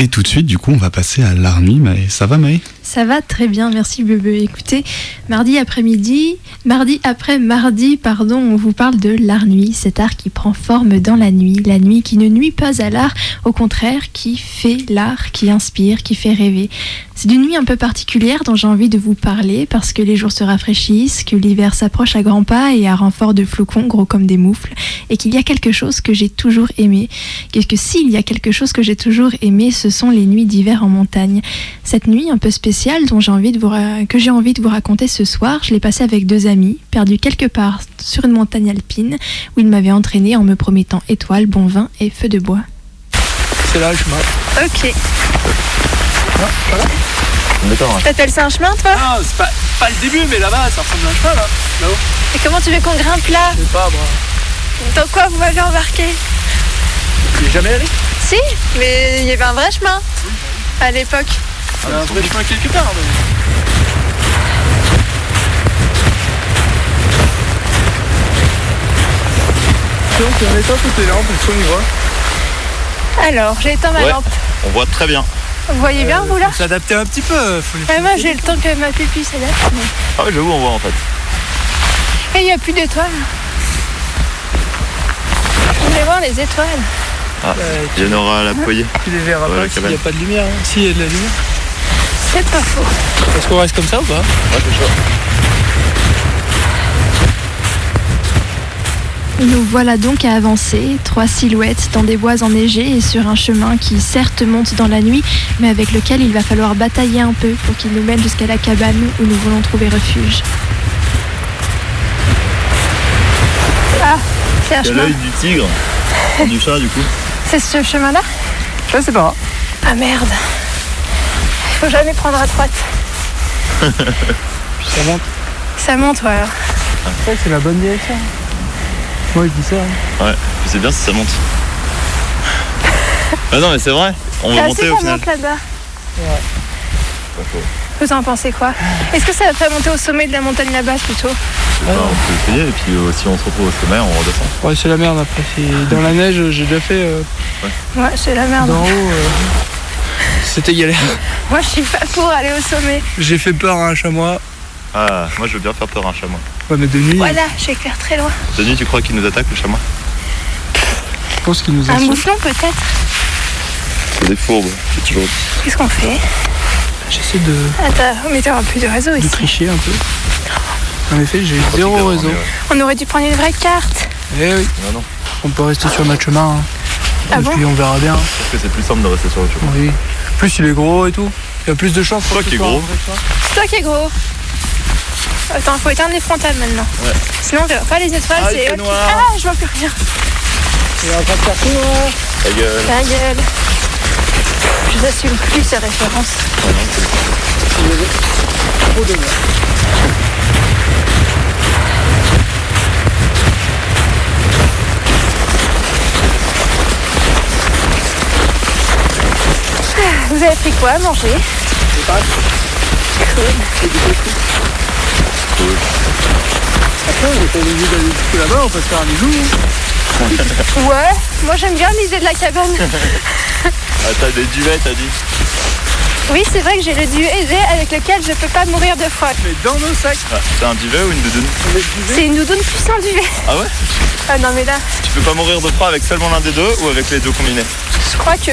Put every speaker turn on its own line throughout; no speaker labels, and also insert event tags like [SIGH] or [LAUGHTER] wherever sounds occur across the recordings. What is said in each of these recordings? Et tout de suite, du coup, on va passer à l'Army. Maë. Ça va, Maë
Ça va très bien, merci Bebe. Écoutez, mardi après-midi, mardi après mardi, pardon, on vous parle de l'art nuit, cet art qui prend forme dans la nuit, la nuit qui ne nuit pas à l'art, au contraire, qui fait l'art, qui inspire, qui fait rêver. C'est une nuit un peu particulière dont j'ai envie de vous parler parce que les jours se rafraîchissent, que l'hiver s'approche à grands pas et à renfort de flocons gros comme des moufles, et qu'il y a quelque chose que j'ai toujours aimé. Qu'est-ce que s'il y a quelque chose que j'ai toujours aimé, ce sont les nuits d'hiver en montagne. Cette nuit un peu spéciale dont j'ai envie de vous ra- que j'ai envie de vous raconter ce soir, je l'ai passée avec deux amis, perdus quelque part sur une montagne alpine où ils m'avaient entraîné en me promettant étoiles, bon vin et feu de bois.
C'est là le chemin.
Ok.
D'accord.
T'appelles ça un chemin, toi
Ah, c'est pas, pas le début, mais là-bas, ça ressemble à un chemin, là.
Et comment tu veux qu'on grimpe là
Je sais pas, moi.
Dans quoi vous m'avez embarqué
Tu es jamais allé
Si, mais il y avait un vrai chemin à l'époque.
Il y a un vrai chemin quelque part. mais- Donc, on est un côté là, en fonction du voit.
Alors, j'ai éteint ma
Ouais.
lampe.
On voit très bien.
Vous voyez bien, vous là
Faut S'adapter un petit peu. euh, Faut les...
Ouais, Moi, j'ai le temps que ma pupille s'élève.
Ah oui, j'avoue, on voit en fait.
Et il n'y a plus d'étoiles. Je voulais voir les étoiles.
Ah,
Euh,
il y en aura à la poignée.
Tu les verras
Ouais, la
pas s'il n'y a
cabane.
pas de lumière. hein. S'il y a de la lumière.
C'est pas faux.
Est-ce qu'on reste comme ça ou pas
Ouais, c'est chaud.
Nous voilà donc à avancer, trois silhouettes dans des bois enneigés et sur un chemin qui certes monte dans la nuit, mais avec lequel il va falloir batailler un peu pour qu'il nous mène jusqu'à la cabane où nous voulons trouver refuge.
Ah, C'est un
Il y a
chemin.
l'œil du tigre, du chat du coup.
C'est ce chemin-là
Je sais pas.
Ah merde. Il faut jamais prendre à droite.
Ça monte.
Ça monte, ouais.
Ça, c'est la bonne direction. Moi, je dis ça. hein.
Ouais, je sais bien si ça monte. Ah non, mais c'est vrai, on va
Ah, si,
monter
ça
au final.
monte là-bas. Vous en pensez quoi Est-ce que ça va pas monter au sommet de la montagne là-bas plutôt
Enfin, Bah, on peut essayer et puis euh, si on se retrouve au sommet, on redescend.
Ouais, c'est la merde après. C'est- Dans la neige, j'ai déjà fait euh,
Ouais, c'est la merde.
d'en haut. euh, C'était galère.
Moi, je suis pas pour aller au sommet.
J'ai fait peur à un chamois.
Ah, moi je veux bien faire peur à un chamois.
Ouais, mais de nuit,
Voilà, j'éclaire très loin.
Denis, tu crois qu'il nous attaque le chamois
je pense qu'il nous a
Un mouflon peut-être
C'est des fourbes, c'est toujours.
Qu'est-ce qu'on fait
J'essaie de,
Attends, mais t'auras plus de réseau
de
ici.
tricher un peu. En effet, j'ai zéro réseau.
On aurait dû prendre une vraie carte.
Eh oui,
Non, non,
on peut rester sur notre chemin. hein.
Ah
et
bon
puis on verra bien.
je trouve que c'est plus simple de rester sur le chamois.
Oui. Plus il est gros et tout. Il y a plus de chances.
Toi
que
qui
ce hein. soit
es gros.
un vrai chemin.
C'est toi qui es gros. Attends, faut éteindre les frontales maintenant.
Ouais.
Sinon, on verra pas les étoiles.
Ah, il
c'est
fait
autre-
noir.
Ah, je vois plus rien.
Il y a un pas de carton, là.
Ta gueule.
[LAUGHS]
Ta gueule. Je n'assume plus ces références. Vous avez pris quoi à manger
Après, on est pas obligé d'aller jusque là-bas, on peut se faire un bisou. hein.
Ouais, moi j'aime bien l'idée de la [LAUGHS] cabane.
Ah, t'as des duvets, t'as dit
Oui, c'est vrai que j'ai le duvet aisé avec lequel je peux pas mourir de froid.
Mais dans nos sacs,
Ah, T'as un duvet ou une doudoune
on va se
C'est une doudoune plus un duvet.
Ah ouais
Ah non, mais là,
Tu peux pas mourir de froid avec seulement l'un des deux ou avec les deux combinés
je crois que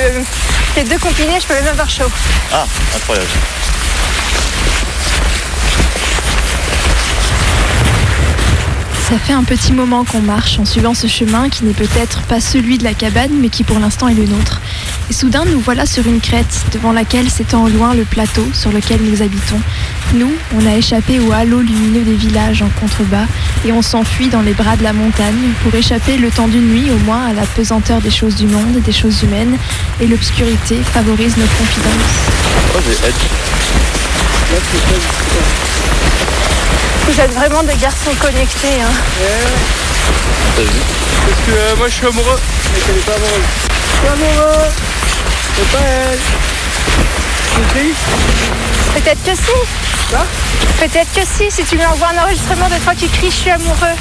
les deux combinés, je peux même avoir chaud.
Ah, incroyable.
Ça fait un petit moment qu'on marche en suivant ce chemin qui n'est peut-être pas celui de la cabane mais qui pour l'instant est le nôtre. Et soudain nous voilà sur une crête devant laquelle s'étend au loin le plateau sur lequel nous habitons. Nous, on a échappé au halo lumineux des villages en contrebas et on s'enfuit dans les bras de la montagne pour échapper le temps d'une nuit au moins à la pesanteur des choses du monde, des choses humaines et l'obscurité favorise nos confidences.
Oh, j'ai Edge.
Vous êtes vraiment des garçons connectés. Hein.
T'as vu
Parce que euh, moi je suis amoureux. Mais qu'elle est pas amoureuse. Je suis amoureux. C'est pas elle. C'est triste.
Peut-être que si.
Quoi
Peut-être que si, si tu lui envoies un enregistrement de toi qui crie je suis amoureux.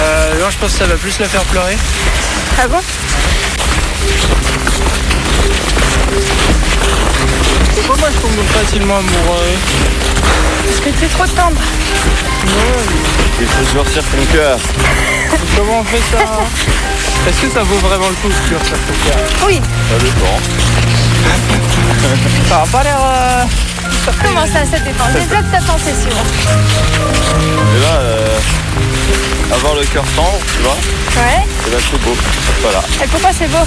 Euh, non, je pense que ça va plus la faire pleurer.
Ah bon
facilement hein. amoureux.
Parce que tu es trop tendre.
Il faut toujours sur ton cœur.
Comment on fait ça [LAUGHS] hein Est-ce que ça vaut vraiment le coup de sur ce cas
Oui.
Ça dépend.
Ça a pas l'air. euh,
Comment ça, ça dépend Développe ta pensée, souvent.
Mais là, euh, avoir le cœur tendre, tu vois,
Ouais.
et là c'est beau. Voilà.
Et pourquoi c'est beau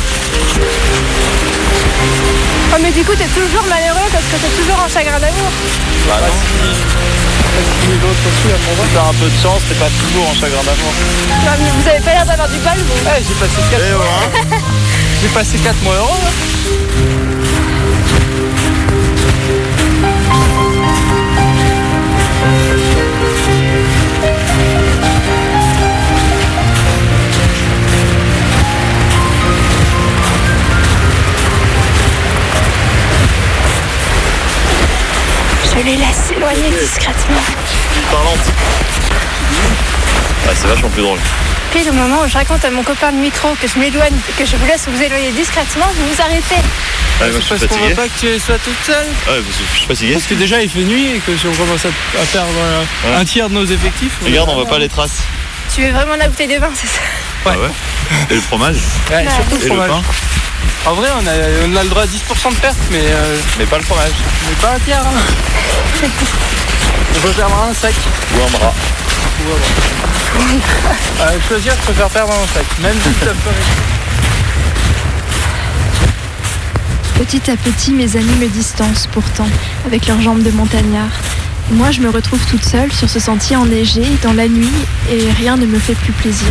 Oh, mais du coup, t'es toujours malheureux parce que t'es toujours en chagrin d'amour.
Bah, non.
si l'autre aussi amoureux.
Si t'as un peu de chance, t'es pas toujours en chagrin d'amour.
Non, mais vous avez pas l'air d'avoir du bol, vous.
Eh, j'ai passé 4
Eh ouais, hein.
J'ai passé 4 mois heureux. hein.
Je les laisse s'éloigner discrètement.
Parlante. Ouais, Ah, c'est vachement plus drôle.
Pile au moment où je raconte à mon copain de micro que je m'éloigne, que je vous laisse vous éloigner discrètement, vous vous arrêtez.
Ouais, Ah, moi Eh ben, je suis
Parce qu'on veut
fatigué.
pas que tu sois toute seule.
Ouais, parce que je suis fatigué.
Parce que déjà il fait nuit et que si on commence à, à perdre euh,
Ouais.
un tiers de nos effectifs.
Regarde, on voit pas les traces.
Tu veux vraiment la bouteille de vin, c'est ça
Ouais.
Ah ouais. Et le fromage
Ouais, surtout le
Et le
fromage.
pain
En vrai, on a, on a le droit à 10% de perte, mais, euh,
Mais pas le fromage.
mais pas un tiers. hein. [LAUGHS] on peut perdre un sac.
Ou un bras.
Euh, choisir, je préfère perdre un sac. Même si ça peut.
Petit à petit, mes amis me distancent pourtant, avec leurs jambes de montagnard. Moi, je me retrouve toute seule sur ce sentier enneigé, dans la nuit, et rien ne me fait plus plaisir.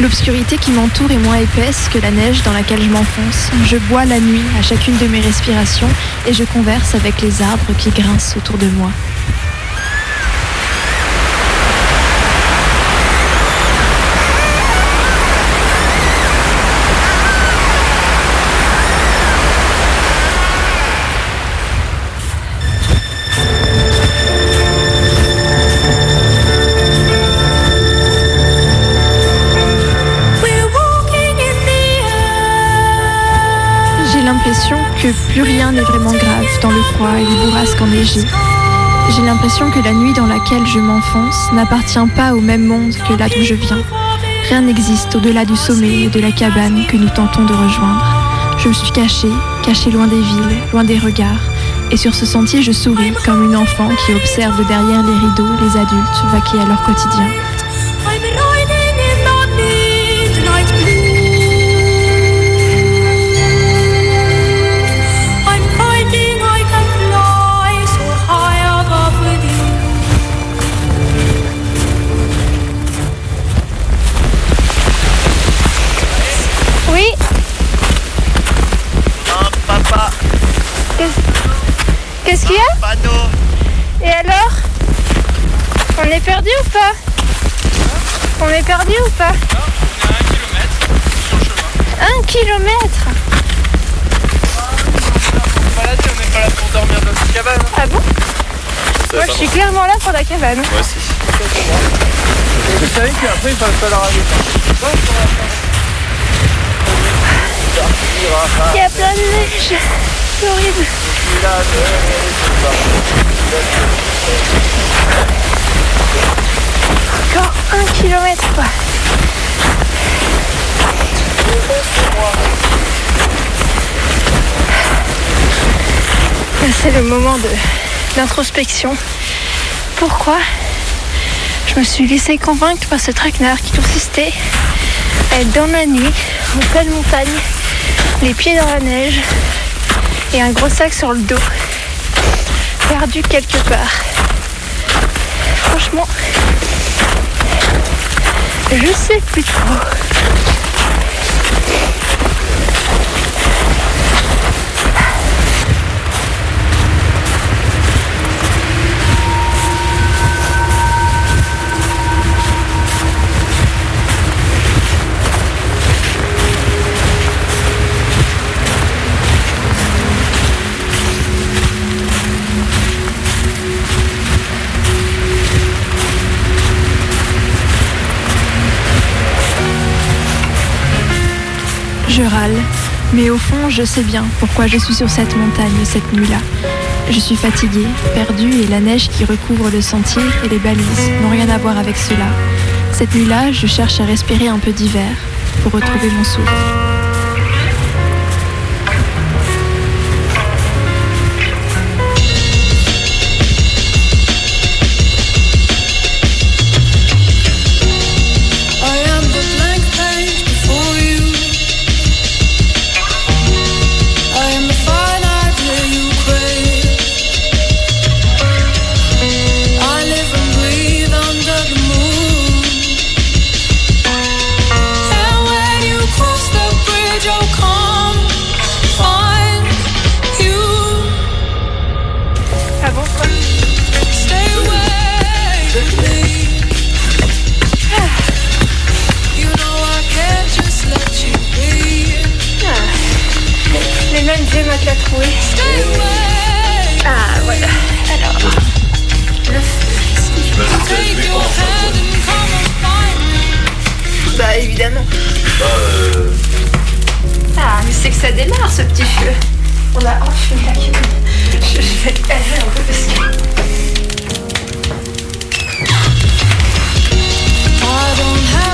L'obscurité qui m'entoure est moins épaisse que la neige dans laquelle je m'enfonce. Je bois la nuit à chacune de mes respirations et je converse avec les arbres qui grincent autour de moi. J'ai l'impression que plus rien n'est vraiment grave dans le froid et les bourrasques enneigées. J'ai l'impression que la nuit dans laquelle je m'enfonce n'appartient pas au même monde que là d'où je viens. Rien n'existe au-delà du sommet et de la cabane que nous tentons de rejoindre. Je me suis cachée, cachée loin des villes, loin des regards. Et sur ce sentier, je souris comme une enfant qui observe derrière les rideaux les adultes vaquer à leur quotidien.
I'm riding in the midnight blue. I'm fighting I can fly so high above with you.
Oui.
Un papa,
Qu'est-ce qu'il y a
panneau,
Et alors On est perdu ou pas On est perdu ou pas Un kilomètre
Malade, on n'est pas là pour dormir dans cette cabane.
Ah bon
Ça va
Moi
pas
je suis clairement là pour la cabane.
Moi aussi.
Et vous savez qu'après, il va falloir aller
Il y a plein de neige C'est horrible Encore un kilomètre quoi Là, C'est le moment de l'introspection. Pourquoi je me suis laissée convaincre par ce traquenard qui consistait à être dans la nuit, en pleine montagne, les pieds dans la neige et un gros sac sur le dos, perdu quelque part. Franchement, je sais plus trop.
Je râle, mais au fond, je sais bien pourquoi je suis sur cette montagne cette nuit-là. Je suis fatiguée, perdue et la neige qui recouvre le sentier et les balises n'ont rien à voir avec cela. Cette nuit-là, je cherche à respirer un peu d'hiver pour retrouver mon souffle.
I am the blank page before you. I am the fine idea you crave. I live and breathe under the moon. And when you cross the bridge, I'll come find you.
Ah bon
Stay away from me. You know I can't just let you be.
Les mêmes gemmes à te la trouver.
Stay away.
Ah voilà. Alors.
Take your hand and come and find me.
Bah évidemment. Ah mais c'est que ça démarre ce petit feu. On a enfumé la cuisine. Je, je vais le caler un peu parce que.
I don't have